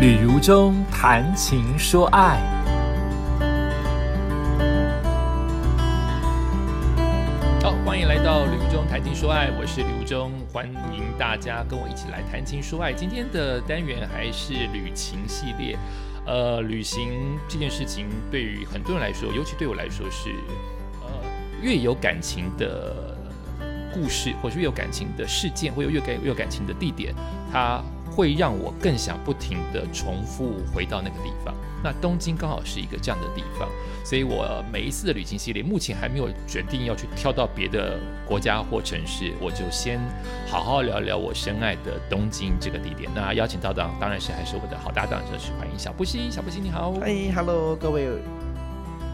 旅如中谈情说爱。好，欢迎来到旅如中谈情说爱，我是旅如中，欢迎大家跟我一起来谈情说爱。今天的单元还是旅行系列，呃，旅行这件事情对于很多人来说，尤其对我来说是，呃，越有感情的故事，或是越有感情的事件，或者越感越有感情的地点，它会让我更想不停的重复回到那个地方。那东京刚好是一个这样的地方，所以我每一次的旅行系列，目前还没有决定要去跳到别的国家或城市，我就先好好聊聊我深爱的东京这个地点。那邀请到的当然是还是我的好搭档，就是欢迎小布希，小布希你好，嗨，Hello，各 哎位，哎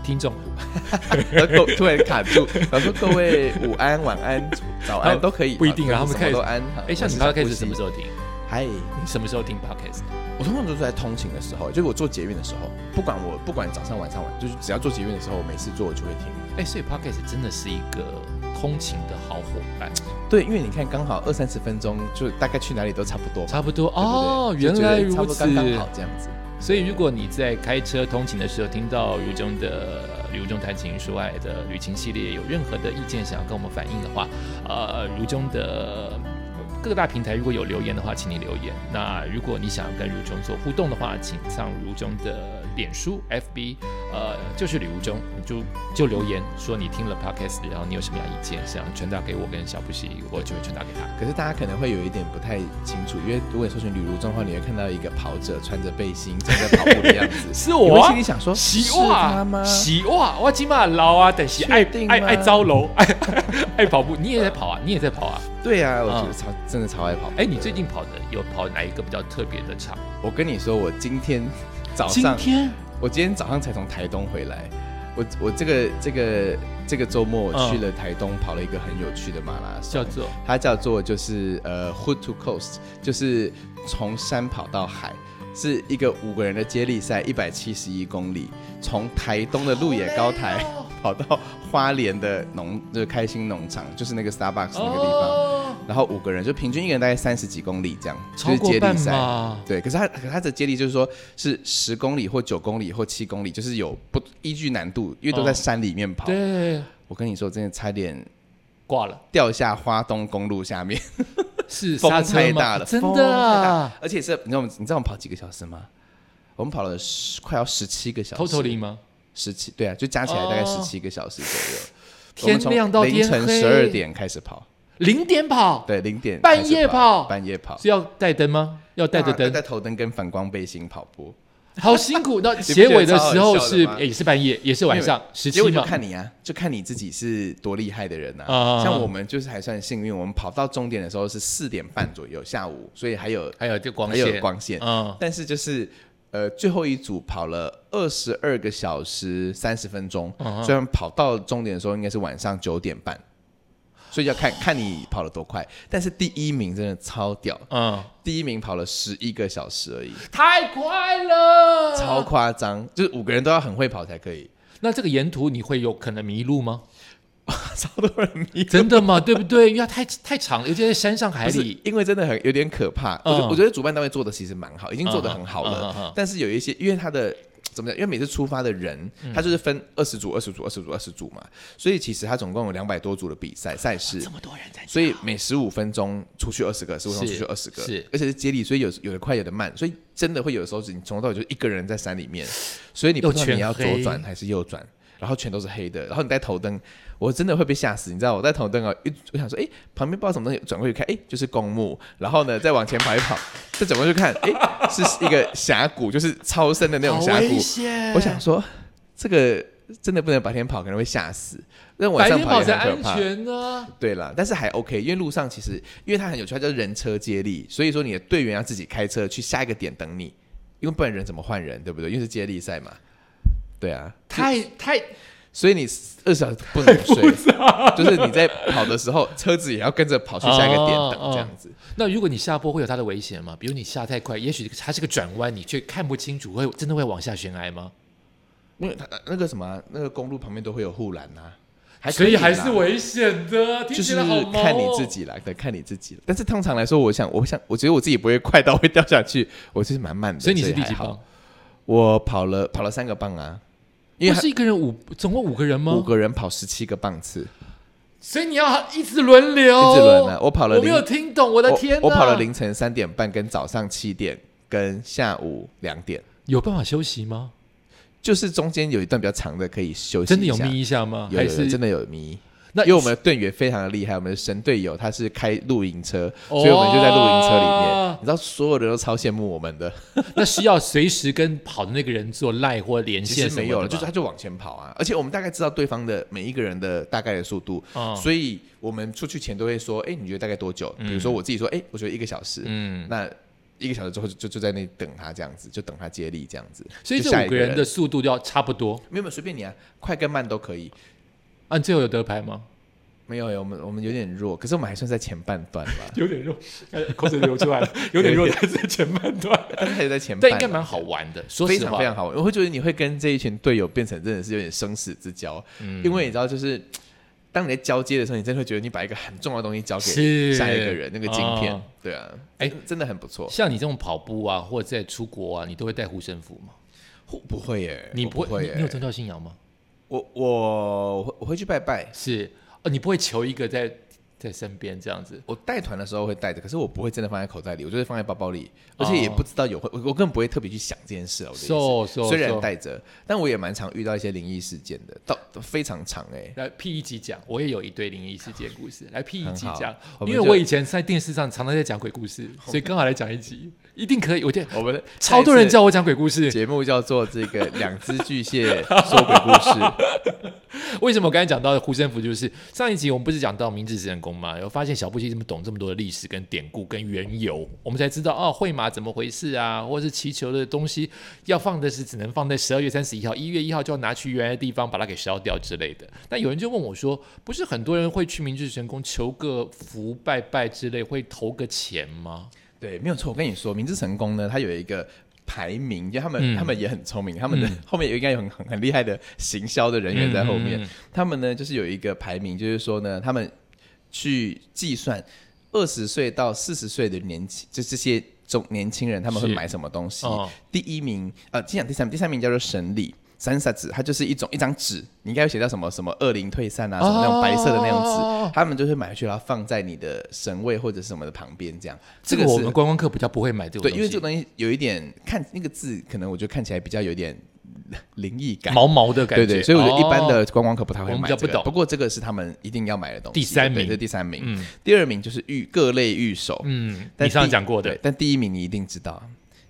听众。呃各突然卡住，然后说各位午安、晚安、早啊安都可以，不一定啊他好们什么开始都安。好哎，像你 podcast 什么时？候听？我是小布希嗨，你什么时候听 podcast？我通常都是在通勤的时候，就是我做捷运的时候，不管我不管早上、晚上、晚，就是只要做捷运的时候，我每次做我就会听。哎，所以 podcast 真的是一个通勤的好伙伴，对，因为你看，刚好二三十分钟，就大概去哪里都差不多嘛。差不多对不对哦，就原觉得来差如不多此，刚刚好这样子。所以，如果你在开车通勤的时候听到如中的《如中谈情说爱》的旅行系列，有任何的意见想要跟我们反映的话，呃，如中的各大平台如果有留言的话，请你留言。那如果你想要跟如中做互动的话，请上如中的脸书、FB，呃，就是李如中，你就就留言说你听了 podcast，然后你有什么样的意见想传达给我跟小布希，我就会传达给他。。可是大家可能会有一点不太清楚，因为如果你搜寻旅如中的话，你会看到一个跑者穿着背心正在跑步的样 子是你我会啊心里想说，洗是袜他吗？洗袜，我起码老啊，但是爱确定吗爱爱招楼， 爱爱跑步，你也在跑啊，你也在跑啊。对啊，我觉嗯得超、真的超爱跑步的。哎，你最近跑的有跑哪一个比较特别的场？我跟你说，我今天早今哦上，天我今天早上才从台东回来。我我这个这个这个周末我去了台东，跑了一个很有趣的马拉嗯松，叫做它叫做就是呃 Hood to Coast，就是从山跑到海，是一个五个人的接力赛，一百七十一公里，从台东的鹿野高台、 跑哦到花莲的农就是开心农场，就是那个 Starbucks 那个地哦，方。然后五个人就平均一个人大概三十几公里这样，就超是过接半力赛。吧。对，可是他可是他的接力就是说是十公里或九公里或七公里，就是有不依据难度，因为都在哦山里面跑。对，我跟你说，真的差点挂了，掉下花东公路下面，是风刹车太吗大了真风的太啊大而且是你知道我们你知道我们跑几个小时吗？我们跑了十快要十七个小时， ，totally 吗？十七对啊，就加起来大概十哦七个小时左右。我天们从亮到凌天晨黑十二点开始跑，零点跑，对，零点半开始夜跑半夜跑，是要带灯吗？要带着灯啊带，头灯跟反光背心跑步。好辛 苦。那觉结得尾的超好时候笑的是吗也是半夜，也是晚上十七结果就嘛。看你啊，就看你自己是多厉害的人呐、啊像我们就是还算幸运，我们跑到终点的时候是四点半左右，下午，所以还有还有这光还线，有光线。嗯，但是就是呃，最后一组跑了二十二个小时三十分钟，虽然跑到终点的时候应该是晚上九点半，所以要看看你跑得多快。但是第一名真的超屌，嗯，第一名跑了十一个小时而已，太快了，超夸张，就是五个人都要很会跑才可以。那这个沿途你会有可能迷路吗？ 超多人迷真的吗？对不对？因为它太太长了，尤其在山上海不是里，因为真的很有点可怕。我觉嗯我觉得主办单位做的其实蛮好，已经做的很好嗯嗯嗯嗯了。但是有一些，因为他的怎么讲？因为每次出发的人，嗯他就是分二十组、二十组、二十组、二十组嘛，所以其实他总共有两百多组的比赛赛事这。么多人在，所以每十五分钟出去二十个，十五分钟是出去二十个，是而且是接力，所以有有的快，有的慢，所以真的会有的时候是你从头到尾就一个人在山里面，所以你不知又道全你要黑左转还是右转，然后全都是黑的，然后你戴头灯，我真的会被吓死，你知道我戴头灯啊，一我想说，哎、旁边不知道什么东西，转过去看，哎、就是公墓，然后呢再往前跑一跑，再转过去看，哎、是一个峡谷，就是超深的那种好峡谷危，险！我想说这个。真的不能白天跑，可能会吓死。那晚白上天跑跑也才很安可怕。全啊呢、对啦，但是还 OK，因为路上其实因为它很有趣，它叫人车接力，所以说你的队员要自己开车去下一个点等你，因为不然人怎么换人，对不对？因为是接力赛嘛。对啊，太太所以你二十小时不能睡，就是你在跑的时候，车子也要跟着跑去下一个点哦等，这样 子。那如果你下坡会有它的危险吗？比如你下太快，也许它是个转弯，你却看不清楚，会真的会往下悬崖吗？因为它那个什么啊、那个公路旁边都会有护栏呐、还可所以啦还是危险的，听起就是来好毛哦看你自。己啦，对，看你自己了。但是通常来说，我想，我想，我觉得我自己不会快到会掉下去，我就是蛮慢的。所以你是第几还好棒？？我跑了跑了三个棒啊，因不为是一个人五，总共五个人他五吗？个人跑十七个棒次，所以你要一直轮流，一直轮啊我跑了我没有零听懂，我的天啊哪我我跑了，凌晨三点半，跟早上七点，跟下午两点，有办法休息吗？就是中间有一段比较长的可以休息一下。真的有眯一下吗？有还有有是真的有迷。那因为我们的队员非常的厉害，我们的神队友他是开露营车，哦所以我们就在露营车里面。你知道，所有人都超羡慕我们的。 那需要随时跟跑的那个人做赖或连其线什实么没的有吗了，就是他就往前跑啊。而且我们大概知道对方的每一个人的大概的速度，嗯所以我们出去前都会说：“哎，你觉得大概多久？”比如说我自己说：“哎，我觉得一个小时。”嗯，那一个小时之后就就就在那里等他这样子，就等他接力这样子。所以就这下五一个个人的速度都要差不多。没有没有随便你啊，快跟慢都可以。啊，你最后有得牌吗？，没有耶，我们我们有点弱，可是我们还算在前半段吧 有点弱，呃口水流出来了， 有点弱但是前半段，但是还在前但半啦，应该蛮好玩的。说非实常话非，常好玩。我会觉得你会跟这一群队友变成真的是有点生死之交，嗯因为你知道，就是当你在交接的时候，你真的会觉得你把一个很重要的东西交是给下一个人，那个晶片，哦对啊，哎哎，真的很不错。像你这种跑步啊，或者在出国啊，你都会带护身符吗？不会耶，你我不不会，会你你有宗耶，教信仰吗？我我我会我会去拜拜。是，哦，你不会求一个在在身边这样子。我带团的时候会带着，可是我不会真的放在口袋里，我就会放在包包里，而且哦也不知道有会，我我根本不会特别去想这件事啊。我的意思 So so 虽然 so 带着，但我也蛮常遇到一些灵异事件的，到非常长哎、来 P 一集讲，我也有一堆灵异事件故 事。来 P 一集很好讲，我因们为就我以前在电视上常常在讲鬼故事，所以刚好来讲一集，一定可以。我这我们超多人叫叫我讲鬼故事，节目叫做这个两只巨蟹说鬼故事， 为什么我刚才讲到护身符？就是上一集我们不是讲到明治神宫嘛，然后发现小布奇怎么懂这么多的历史跟典故跟缘由，我们才知道哦，会马怎么回事啊，或者是祈求的东西要放的是只能放在十二月三十一号，一月一号就要拿去原来的地方把它给烧掉之类的。那有人就问我说，不是很多人会去明治神宫求个福拜拜之类，会投个钱吗？对，没有错。我跟你说，明治神宫呢，它有一个。排名，因为他们、嗯他们也很聪明，他们的、 后面有应该有很很很厉害的行销的人员在后面。嗯嗯嗯他们呢就是有一个排名，就是说呢，他们去计算二十岁到四十岁的年轻，就这些中年轻人他们会是买什么东西。哦第一名，呃，先讲第三名，第三名叫做神力。三傻纸，它就是一种一张纸，你应该有写到什么什么恶灵退散啊，什么那种白色的那种纸，哦他们就会买回去，然后放在你的神位或者是什么的旁边，这样。这个我是们观光客比较不会买这个东对，西，因为这个东西有一点看那个字，可能我觉得看起来比较有点灵异感，毛毛的感觉，对对，所以我觉得一般哦的观光客不太会我们买、比这较不个懂不过这个是他们一定要买的东西。第三对名这是第三名。嗯第二名就是玉各类玉手，嗯，但你上次第讲过的对。但第一名你一定知道，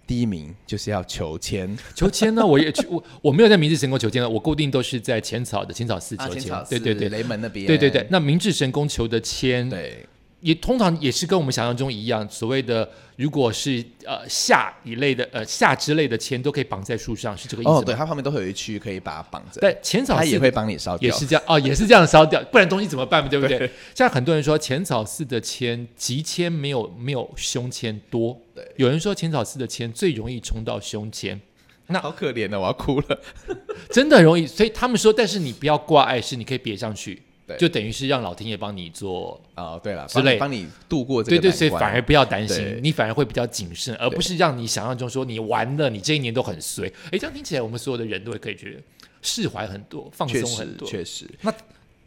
第一名就是要求签。 求签呢，我也去，我我没有在明治神宫求签了，我固定都是在浅草的浅草啊寺求签。对对对。雷门那边。对对对，嗯那明治神宫求的签，对也通常也是跟我们想象中一样，所谓的如果是呃夏一类的呃夏之类的签，都可以绑在树上，是这个意思吗？哦，对，它旁边都会有一区可以把它绑着，但浅草它寺也会帮你烧也掉。是这样哦，也是这样烧掉，不然东西怎么办嘛？对不对？像很多人说浅草寺的签急签没有没有胸签多，对，有人说浅草寺的签最容易冲到胸签，好可怜的，哦我要哭了。真的很容易，所以他们说，但是你不要挂碍事，你可以别上去，对就等于是让老天爷帮你做，哦，对了，之帮你类帮你度过这对个对，难关。所以反而不要担心对，你反而会比较谨慎，而对不是让你想象中说你完了，你这一年都很衰。诶，这样听起来，我们所有的人都会可以觉得释怀很多，放确松实很多。确实，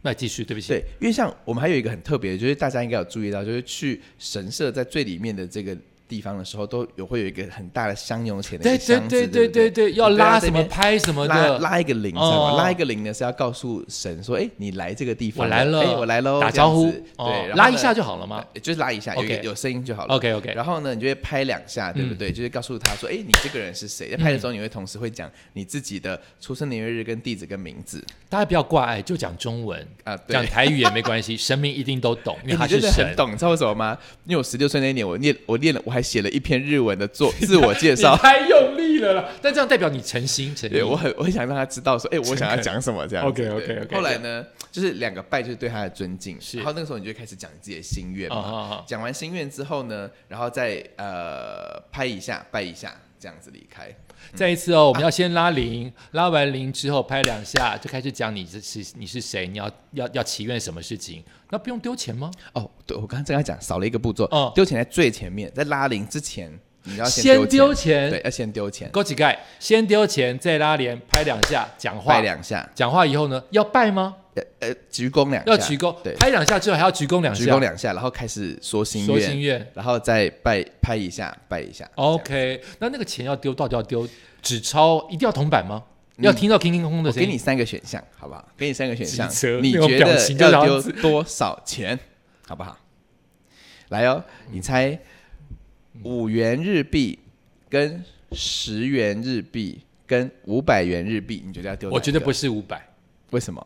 那继续，对不起，对，因为像我们还有一个很特别的，就是大家应该有注意到，就是去神社在最里面的这个地方的时候，都有会有一个很大的香油钱的一个对箱子，对对对不对对，要拉什么你不要在拍什么那边的，拉拉一个铃，知道哦吗？拉一个铃呢是要告诉神说，哎，你来这个地我方，来哎了，我来喽，打这样招呼子，哦对，拉一下就就好了吗就是拉一下，有一个 OK 有声音就好了。 ？OK OK，嗯然后呢，你就会拍两下，对不对？就是告诉他说，哎，你这个人是谁？在拍的时候，你会同时会讲你自己的出生年月日跟地址跟名字大家不要挂碍，就讲中文，啊，对讲。台语也没关系，神明一定都懂，因为欸他你是真的神很。懂，你知道为什么吗？因为我十六岁那一年，我念我念了，我还写了一篇日文 的作自我 介你绍。太用力了啦！但这样代表你诚心诚意对，。我很我很想让他知道说，哎、我想要讲什么这样子。 OK，OK，对 OK，OK，后来呢，就是两个拜，就是对他的尊敬。是然后那个时候你就开始讲自己的心愿啊啊嘛。啊！讲完心愿之后呢，然后再呃拍一下拜一下。这样子离开。再一次哦，我们要先拉铃，拉完铃之后拍两下，就开始讲你是是你是谁，你要要要祈愿什么事情，那不用丢钱吗？哦，对，我刚刚正要讲少了一个步骤，嗯丢钱在最前面，在拉铃之前，你要先丢丢钱对，要先丢钱，高乞丐先丢钱，再拉铃，拍两下，讲话拜，两下，讲话以后呢，要拜吗？呃呃，鞠躬两下，要鞠躬对，，拍两下之后还要鞠躬两下，鞠躬两下，然后开始说心说愿，心愿。然后再拜拍一下，拜一下。 OK，那那个钱要丢到底要丢纸钞，一定要铜板吗？要听到叮叮咚咚的嗯我声给你音。三个选项，好不好？给你三个选项机车，你那种觉表得情就要想丢要多少钱，好不好？来哦，你猜五元日币跟十元日币跟五百元日币，你觉得要丢哪一个？我觉得不是五百，为什么？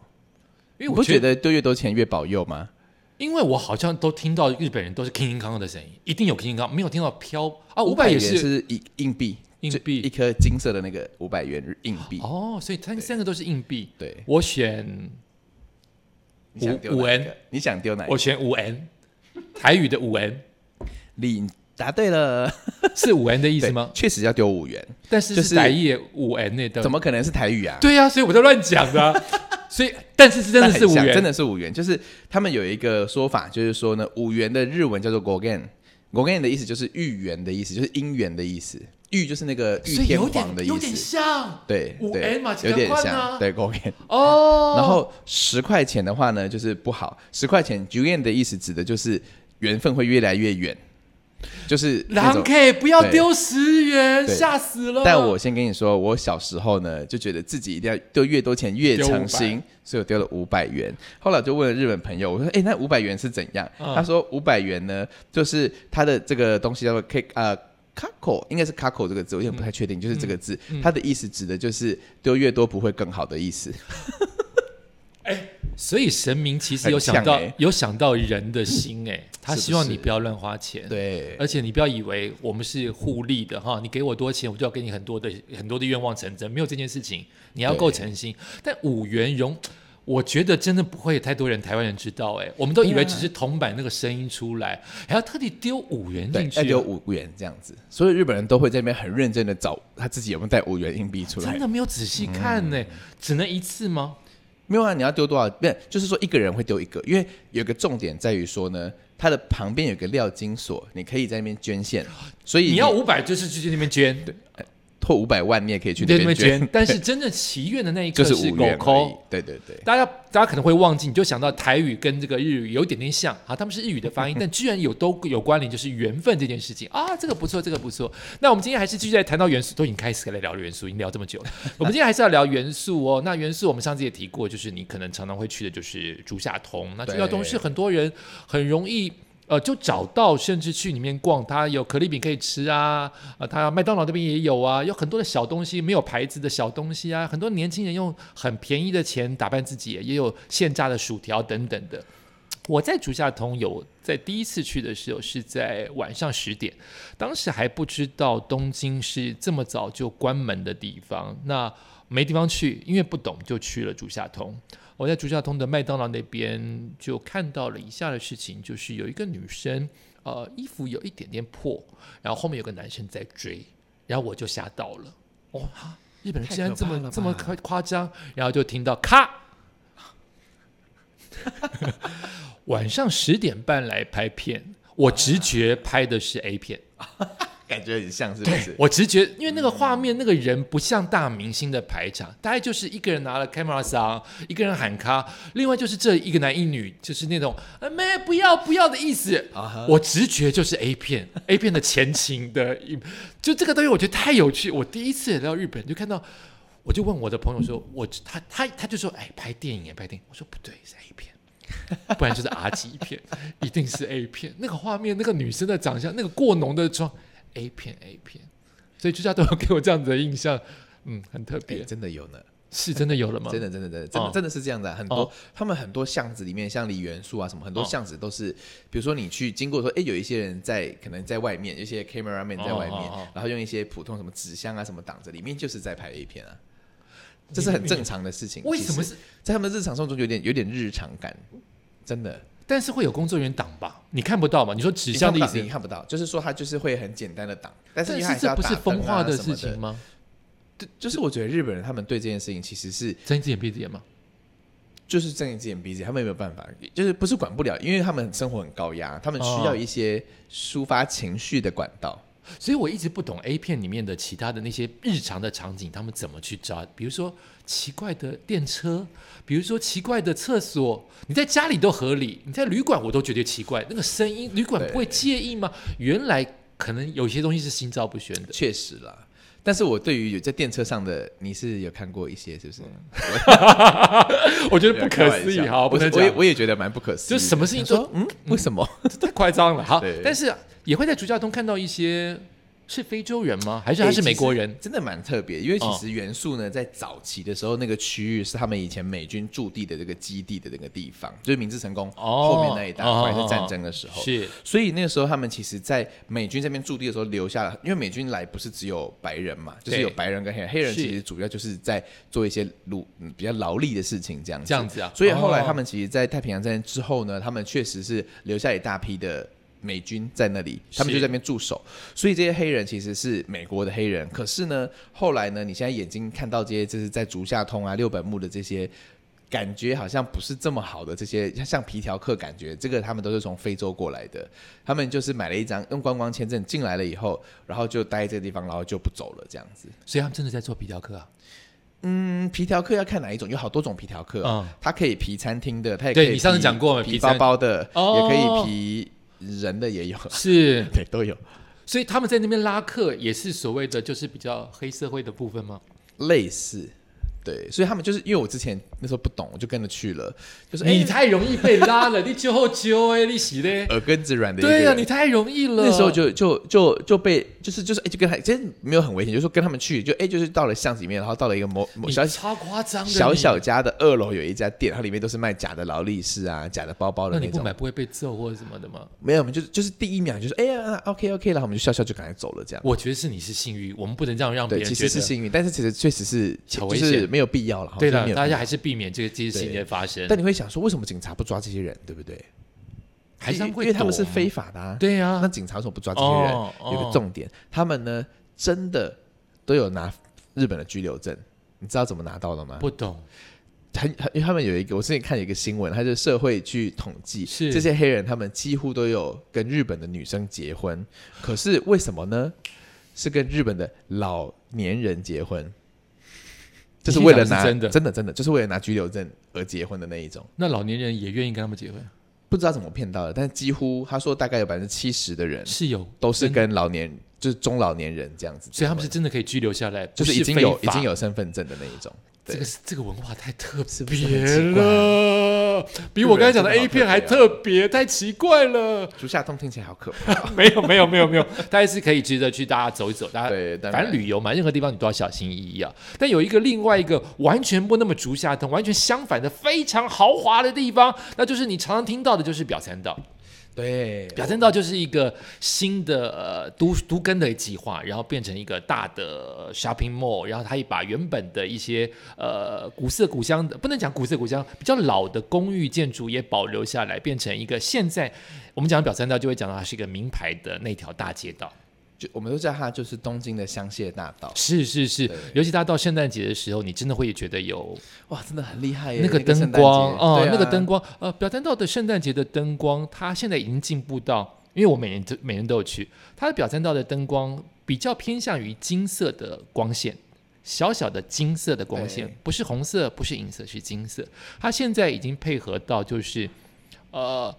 因你为不我觉觉得，得丢越多钱越保佑吗？因为我好像都听到日本人都是叮叮康康的声音，一定有叮叮康，没有听到飘啊。五百也元是是一硬币，硬就币一颗金色的那个五百元日硬币。哦，所以它三个都是硬币。对，我选你想五丢哪一五个 N，你想丢哪一我个？选五 N，台语的五 N 你答对了，是五 N 的意思对吗？确实要丢五元，但是就是是台语五 N 那的怎，么可能是台语啊？对呀，所以我在乱讲的 啊。所以，但是是真的是五但很像元，真的是五元。就是他们有一个说法，就是说呢，五元的日文叫做 gogen。gogen 的意思就是玉元的意思，就是姻缘的意思。玉就是那个玉所以天有皇点的有意点思。像对五对 N 嘛，，有点像啊对 gogen。哦。然后十块钱的话呢，就是不好。十块钱 j u n 的意思指的就是缘分会越来越远，就是那狼种。 K 不要对丢十元，对吓死了。但我先跟你说，我小时候呢就觉得自己一定要丢越多钱越丢诚500心，所以我丢了五百元。后来我就问了日本朋友，我说：“哎、那五百元是怎样？”嗯他说：“五百元呢，就是它的这个东西叫做 cake 呃 c a c o 应该是 c a c o 这个字，我有点不太确嗯定，就是这个字，它的意思指的就是丢越多不会更好的意思。所以神明其实很有想到像欸嗯有想到人的心，哎，他是不希望你是不要乱花钱。。对，而且你不要以为我们是互利的哈，你给我多钱，我就要给你很多的很多的愿望成真，没有这件事情，你要够对诚心。但五元融，我觉得真的不会有太多人台湾人知道哎、我们都以为只是铜板那个声音出来，还要特地丢五元对进，去要啊，丢五元这样子，所以日本人都会在那边很认真的找他自己有没有带五元硬币出来真。的没有仔细看呢、欸嗯只能一次吗？没有啊，你要丢多少？不是，就是说一个人会丢一个，因为有个重点在于说呢，它的旁边有个料金所，你可以在那边捐献，所以哦你要五百就是去那边捐，对，或五百万，你也可以去去那那边边捐，捐。但是真正祈愿的那一就刻 是是五狗元而已抠。。对对对，大家大家可能会忘记，你就想到台语跟这个日语有一点点像啊，他们是日语的发音，但居然有都有关联，就是缘分这件事情啊，这个不错，这个不错。那我们今天还是继续在谈到元素，都已经开始来聊元素，已经聊这么久了。我们今天还是要聊元素哦。那元素我们上次也提过，就是你可能常常会去的就是竹下通，那竹下通对是很多人很容易。呃，就找到，甚至去里面逛，它有可丽饼可以吃啊，啊，它麦当劳那边也有啊，有很多的小东西，没有牌子的小东西啊，很多年轻人用很便宜的钱打扮自己，也有现榨的薯条等等的。我在竹下通有在第一次去的时候是在晚上十点，当时还不知道东京是这么早就关门的地方，那没地方去，因为不懂就去了竹下通。我在竹下通的麦当劳那边就看到了以下的事情，就是有一个女生，呃，衣服有一点点破，然后后面有个男生在追，然后我就吓到了，哇、哈日本人竟然这么这么夸夸张，然后就听到咔。 晚上十点半来拍片，我直觉拍的是 A 片，感觉很像是不是？我直觉因为那个画面，那个人不像大明星的排场，大概就是一个人拿了 camera 上，一个人喊卡，另外就是这一个男一女，就是那种啊妹不要不要的意思。我直觉就是 A 片，A 片的前情的一，就这个东西我觉得太有趣。我第一次来到日本就看到。我就问我的朋友说，我他他他就说，哎，拍电影耶，拍电影。我说不对，是 A 片。不然就是 R 级片，一定是 A 片。那个画面，那个女生的长相，那个过浓的妆，A 片 A 片，所以居家都有给我这样子的印象，嗯，很特哎别，真的有呢，是真的有了吗？真的真的真的真哦的真的是这样子啊，很哦多他们很多巷子里面，像李元素啊什么，很多哦巷子都是，比如说你去经过说，哎，有一些人在可能在外面，有一些 cameraman 在外哦哦哦面，然后用一些普通什么纸箱啊什么挡着，里面就是在拍 A 片啊。这是很正常的事情，为其什么实是在他们日常生活中有点有点日常感，真的但是会有工作人员挡吧？你看不到嘛？你说指向的意思你，看不到，就是说它就是会很简单的挡，但是但你是还这要不是打灯风啊化的什么事情吗？对，就是我觉得日本人他们对这件事情其实是睁一只眼闭一只眼吗？就是睁一只眼闭一只眼，他们也没有办法，就是不是管不了，因为他们生活很高压，他们需要哦一些抒发情绪的管道。所以我一直不懂 A 片里面的其他的那些日常的场景，他们怎么去抓？比如说奇怪的电车，比如说奇怪的厕所，你在家里都合理，你在旅馆我都觉得奇怪，那个声音旅馆对不会介意吗？原来可能有些东西是心照不宣的。确实啦，但是我对于有在电车上的，你是有看过一些是不是？ 我觉得不可思开玩议，笑好，不我能我也讲，我也觉得蛮不可思议就的。什么事情想都说嗯，为什么？太夸张了。好对，但是也会在主教通看到一些是非洲人吗？还是他欸是美国，其人实？真的蛮特别，因为其哦实元素呢，在早期的时候，那个区域是他们以前美军驻地的这个基地的这个地方，就是明治成功哦后面那一大块，在战争的时候。是所以那个时候，他们其实，在美军这边驻地的时候，留下了，因为美军来不是只有白人嘛，就是对有白人跟黑人，黑人是其实主要就是在做一些奴嗯比较劳力的事情，这样子。这样子啊所以后来哦他们其实，在太平洋战争之后呢，他们确实是留下一大批的美军在那里，他们是就在那边驻守。所以这些黑人其实是美国的黑人，可是呢，后来呢，你现在眼睛看到这些，就是在竹下通啊、六本木的这些。感觉好像不是这么好的这些，像皮条客感觉，这个他们都是从非洲过来的，他们就是买了一张用观光签证进来了以后，然后就待在这个地方，然后就不走了这样子。所以他们真的在做皮条客 啊。嗯，皮条客要看哪一种，有好多种皮条客、哦，嗯它可以皮餐厅的，它也可对以皮你上次讲过嘛皮皮包餐包的，也可哦以皮人的也有， 是，对，都有。所以他们在那边拉客也是所谓的就是比较黑社会的部分吗？类似，对，所以他们就是因为我之前那时候不懂，我就跟着去了，就是你哎太容易被拉了，你酒后酒哎，你洗嘞。耳根子软的一个对呀、人，你太容易了。那时候就就就就被就是就是哎、就跟他其实没有很危险，就是说跟他们去，就哎、就是到了巷子里面，然后到了一个某某你小超夸张的，小小你，家的二楼有一家店，它里面都是卖假的劳力士啊、假的包包那的你不种买。不会被揍或者什么的吗？没有，我们就是就是第一秒就是哎呀、啊 OK OK，然后我们就笑笑就赶快走了这样。我觉得是你是幸运，我们不能这样让别对，人其觉得实是幸运，但是其实确实是小就危是险没有必要了。对的的，，大家还是避免这个这些事情的发生。但你会想说，为什么警察不抓这些人，对不对？还是他们会因为他们是躲吗非法的、啊，对呀、那警察为什么不抓这些人？哦哦有个重点，他们呢真的都有拿日本的居留证，你知道怎么拿到的吗？不懂很很，因为他们有一个，我之前看有一个新闻，他就是社会去统计，是这些黑人他们几乎都有跟日本的女生结婚，可是为什么呢？是跟日本的老年人结婚，就是为了拿你讲的是真的真的真的就是为了拿居留证而结婚的那一种。那老年人也愿意跟他们结婚，不知道怎么骗到的，但几乎他说大概有百分之七十的人是有都是真的，跟老年就是中老年人这样子结婚，所以他们是真的可以拘留下来，就不是是已经有非已法经有身份证的那一种。对这个是这个文化太特是不是很别奇怪了，比我刚才讲的日 A 本片人真的好特别啊还特别，太奇怪了。竹下通听起来好可怕。 没有没有没有没有，大家是可以值得去大家走一走，大家 对，当然反正旅游嘛，任何地方你都要小心翼翼啊。但有一个另外一个完全不那么竹下通，完全相反的非常豪华的地方，那就是你常常听到的，就是表参道。对，表参道就是一个新的呃都都跟的计划，然后变成一个大的呃 shopping mall，然后它也把原本的一些呃古色古香的，不能讲古色古香，比较老的公寓建筑也保留下来，变成一个现在我们讲表参道就会讲到它是一个名牌的那条大街道。就我们都叫它就是东京的香榭大道。是是是，尤其它到圣诞节的时候，你真的会觉得有哇，真的很厉害耶！那个个灯光哦哦，，那个灯光，呃，表参道的圣诞节的灯光，它现在已经进步到，因为我每年都每年都有去，它的表参道的灯光比较偏向于金色的光线。小小的金色的光线对，不是红色，不是银色，是金色。它现在已经配合到，就是，呃，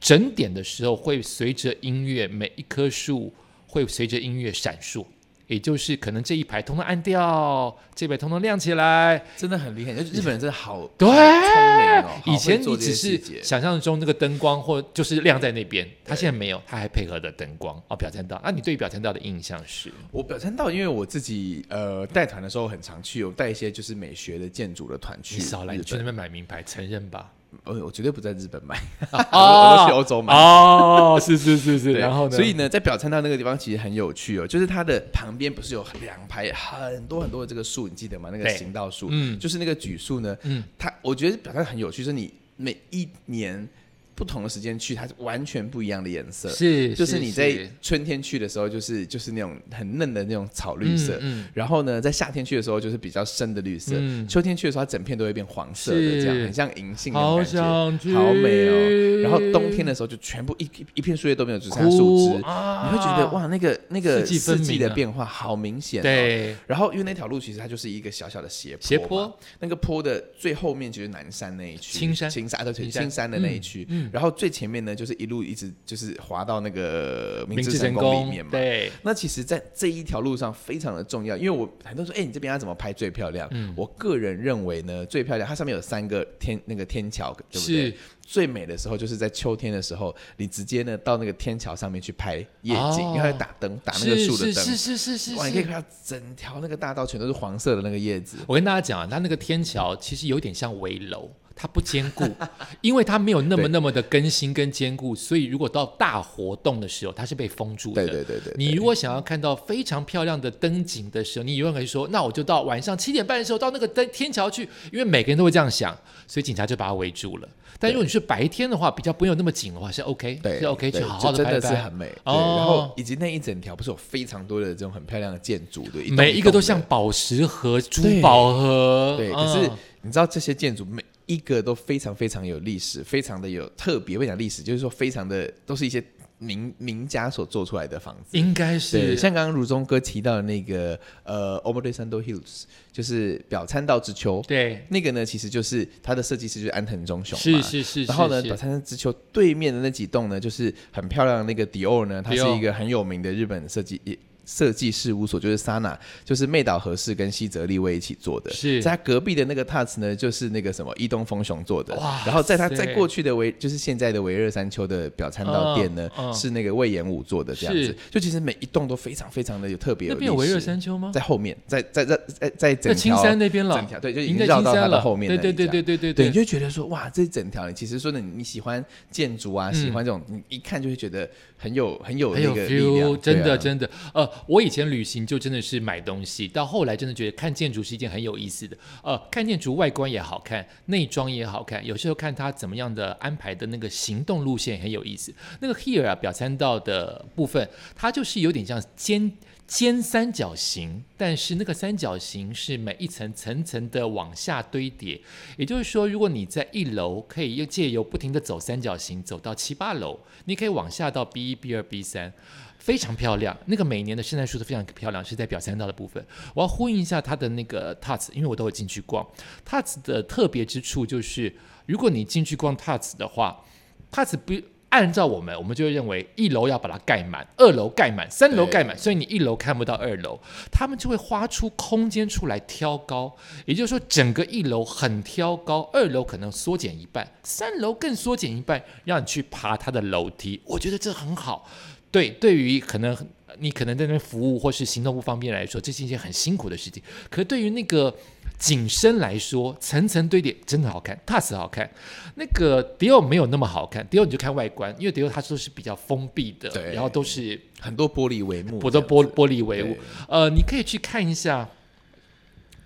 整点的时候会随着音乐，每一棵树会随着音乐闪烁，也就是可能这一排通通暗掉，这一排通通亮起来，真的很厉害。就是日本人真的好对好聪明哦，好以前会做你这些只细是节想象中那个灯光或就是亮在那边，它现在没有，它还配合的灯光哦，表参道。那、你对于表参道的印象是？我表参道，因为我自己呃带团的时候很常去，我带一些就是美学的建筑的团去你日本。少来，你去那边买名牌，承认 吧。我我绝对不在日 本买，啊我都去欧洲买。哦，是是是是， 对然后呢？所以啊呢，在表参道那个地方其实很有趣哦，就是它的旁边不是有两排很多很多的这个树，你记得吗？那个对行道树，嗯就是那个榉树呢，嗯它我觉得表参道很有趣，就是你每一年。不同的时间去，它是完全不一样的颜色。是呃就是你在春天去的时候，就是就是那种很嫩的那种草绿色，嗯然后呢，在夏天去的时候就是比较深的绿色，嗯秋天去的时候它整片都会变黄色的，是这样很像银杏那种好感觉，想去，好美哦。然后冬天的时候就全部一一一片树叶都没有，只剩下树枝哭，啊，你会觉得哇，那个那个四季分四明季的啊变化好明显、哦。。对，然后因为那条路其实它就是一个小小的斜坡嘛，斜坡那个坡的最后面就是南山那一区，青山青山啊对，青山嗯青山的那一区。然后最前面呢，就是一路一直就是滑到那个明治神宫里面嘛。对，那其实，在这一条路上非常的重要，因为我很多人说，哎、你这边要怎么拍最漂亮？嗯我个人认为呢，最漂亮它上面有三个天那个天桥，对不对是？最美的时候就是在秋天的时候，你直接呢到那个天桥上面去拍夜景，哦因为它会打灯，打那个是树的灯。是是是是哇，是你可以是。看到整条那个大道全都是黄色的那个叶子，我跟大家讲啊，它那个天桥其实有点像围楼。它不坚固， 因为它没有那么对那么的更新跟坚固，所以如果到大活动的时候，它是被封住的。对对对对对你如果想要看到非常漂亮的灯景的时候，你永远可以说，那我就到晚上七点半的时候到那个灯天桥去，因为每个人都会这样想，所以警察就把它围住了。但如果你是白天的话，比较不用那么紧的话，是 OK，对，是 OK，对去好好就的真拍的是拍很。美。对，哦然后以及那一整条不是有非常多的这种很漂亮的建筑，对，一栋每一个都栋的像宝石盒、珠对宝盒，对，可嗯是你知道这些建筑每一个都非常非常有历史，非常的有特别。会讲历史，就是说非常的都是一些名名家所做出来的房子。应该对，是像刚刚如中哥提到的那个呃 o m o d e s a n d o Hills，就是表参道之丘。对，那个呢，其实就是它的设计师就是安藤忠雄嘛。是是是，然后呢，是表参道之丘对面的那几栋呢，就是很漂亮的那个迪奥呢，它是 Dior 一个很有名的日本设计呃设计事务所，就是 Sana，就是妹岛和世跟西泽立卫一起做的。是在它隔壁的那个 Touch 呢，就是那个什么伊东丰雄做的。哇然后在它塞在过去的维，就是现在的维热山丘的表参道店呢，嗯嗯是那个魏延武做的，这样子是。就其实每一栋都非常非常的有特别那有历边史。有维热山丘吗？在后面，在在在在在在整青条山那边了整，条对，就已已经经在绕青到它山的了。后面那对里对对这样对对对，对你就觉得说哇，这整条其实说的你喜欢建筑啊，喜欢这种，你一看就会觉得很有很有嗯很那有个力量，哎 feel，真对的啊真的。呃，我以前旅行就真的是买东西，到后来真的觉得看建筑是一件很有意思的。呃，看建筑外观也好看，内装也好看，有时候看它怎么样的安排的那个行动路线也很有意思。那个 here 啊，表参道的部分，它就是有点像尖。尖三角形，但是那个三角形是每一层层层的往下堆叠，也就是说，如果你在一楼可以又借由不停的走三角形走到七八楼，你可以往下到 B 一、B 二、B 三，非常漂亮。那个每年的圣诞树都非常漂亮，是在表参道的部分。我要呼应一下它的那个 Tuts，因为我都有进去逛。Tuts 的特别之处就是，如果你进去逛 Tuts 的话，Tuts 不。按照我们，我们就会认为一楼要把它盖满，二楼盖满，三楼盖满，所以你一楼看不到二楼，他们就会花出空间出来挑高，也就是说，整个一楼很挑高，二楼可能缩减一半，三楼更缩减一半，让你去爬它的楼梯。我觉得这很好。对，对于可能你可能在那边服务或是行动不方便来说，这是一件很辛苦的事情。可对于那个景深来说，层层堆叠真的好看，Tass 好看。那个迪奥没有那么好看，迪奥你就看外观，因为迪奥它都是比较封闭的，对然后都是很多玻璃帷幕，我的玻玻璃帷对幕。呃，你可以去看一下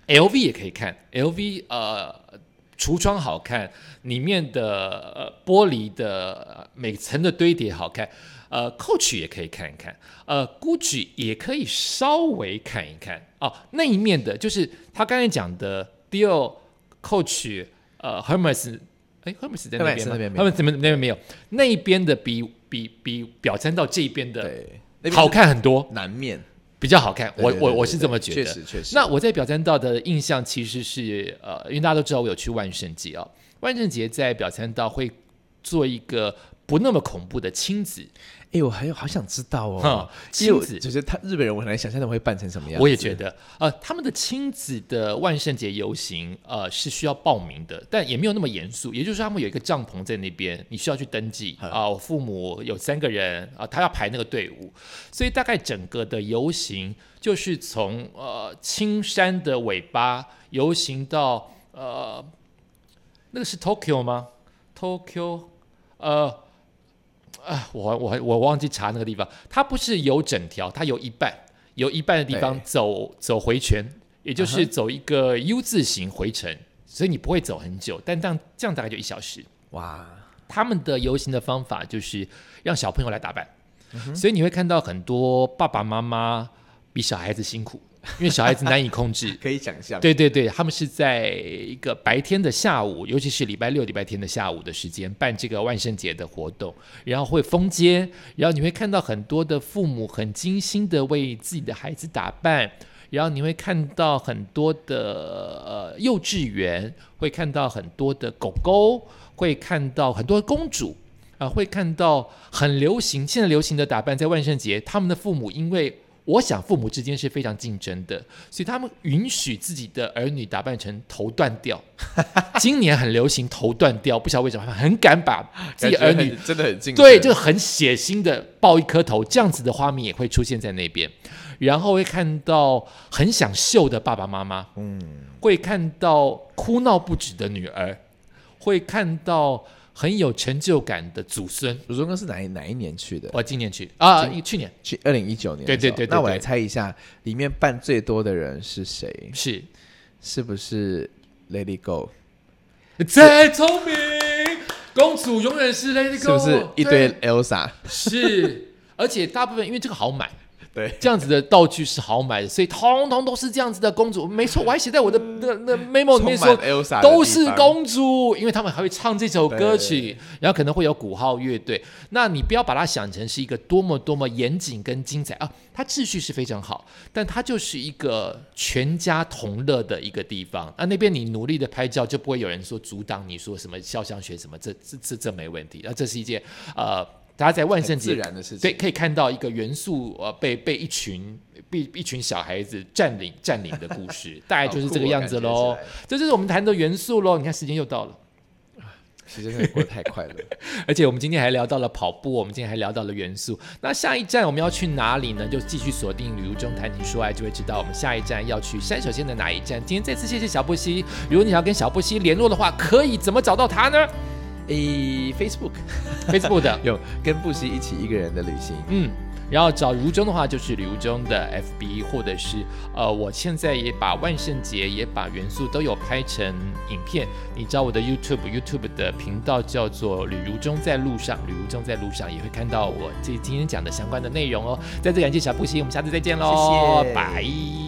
，LV 也可以看，LV 呃。橱窗好看，里面的、呃、玻璃的、呃每层的堆叠好看，呃，Coach 也可以看一看，呃，Gucci 也可以稍微看一看哦。那一面的就是他刚才讲的 Dior、Coach、呃 Hermes，哎，Hermes 在那 Hermes 边那吗边没有？Hermes 那边那边没有，那一边的比比比表参道这一边的对，那边好看很多是，南面，比较好看。对我对我对我对是这么觉得。确实确实。那我在表参道的印象其实是呃，因为大家都知道我有去万圣节哦，万圣节在表参道会做一个不那么恐怖的亲子，哎，我还有好想知道哈哦，因为亲我子。就是他日本人，我很难想象他们会扮成什么样。我也觉，得，呃，他们的亲子的万圣节游行，呃，是需要报名的，但也没有那么严肃。也就是说，他们有一个帐篷在那边，你需要去登记啊、我父母有三个人啊、他要排那个队伍，所以大概整个的游行就是从呃青山的尾巴游行到呃那个是 Tokyo 吗？Tokyo，呃。啊，我我我忘记查那个地方，它不是有整条，它有一半，有一半的地方对走走回旋，也就嗯是走一个 U 字形回程，所以你不会走很久，但这样这样大概就一小时。哇，。他们的游行的方法就是让小朋友来打扮，所以你会看到很多爸爸妈妈比小孩子辛苦，因为小孩子难以控制可以想象，对对对，他们是在一个白天的下午，尤其是礼拜六、礼拜天的下午的时间办这个万圣节的活动，然后会封街，然后你会看到很多的父母很精心的为自己的孩子打扮，然后你会看到很多的呃幼稚园，会看到很多的狗狗，会看到很多公主。啊、会看到很流行，现在流行的打扮在万圣节，他们的父母因为。我想父母之间是非常竞争的，所以他们允许自己的儿女打扮成头断掉。 今年很流行头断掉，不晓得为什么很敢把自感己觉儿很，女真的很近，对，就很血腥的爆一颗头，这样子的画面也会出现在那边，然后会看到很想秀的爸爸妈妈，嗯，会看到哭闹不止的女儿，会看到很有成就感的祖孙。鲁中哥是哪一哪一年去的？我今年去啊、去年去二零一九年的时对候，对对对那我来对猜一下，里面办最多的人是谁？是，是不是 Lady Go？再聪明，公主永远是 Lady 是不 Go，是一堆 Elsa？是，而且大部分因为这个好买，对，这样子的道具是好买的，所以通通都是这样子的公主。没错，我还写在我的那那 memo 里面说充满 Elsa 的地方都是公主，因为他们还会唱这首歌曲，然后可能会有鼓号乐队。那你不要把它想成是一个多么多么严谨跟精彩啊，它秩序是非常好，但它就是一个全家同乐的一个地方。那那边你努力的拍照，就不会有人说阻挡你说什么肖像学什么，这这这这没问题。那这是一件呃。大家在万圣很节自然的事情对，可以看到一个元素呃被被一群被一群小孩子占领占领的故 事，大概哎就是这个样子好酷喽哦感觉起。这就是我们谈的元素喽。你看时间又到了，时间真的过得太快了。而且我们今天还聊到了跑步，我们今天还聊到了元素。那下一站我们要去哪里呢？就继续锁定旅途中谈情说爱，就会知道我们下一站要去山手线的哪一站。今天再次谢谢小布希，如果你想要跟小布希联络的话，可以怎么找到他呢 诶，Facebook ？Facebook 的，有跟布希一起一个人的旅行，嗯，然后找如中的话，就是如中的 FB，或者是呃，我现在也把万圣节也把元素都有拍成影片。你知道我的 YouTube YouTube 的频道叫做吕如中在路上，吕如中在路上也会看到我这今天讲的相关的内容哦。再次感谢小布希，我们下次再见喽，谢谢拜。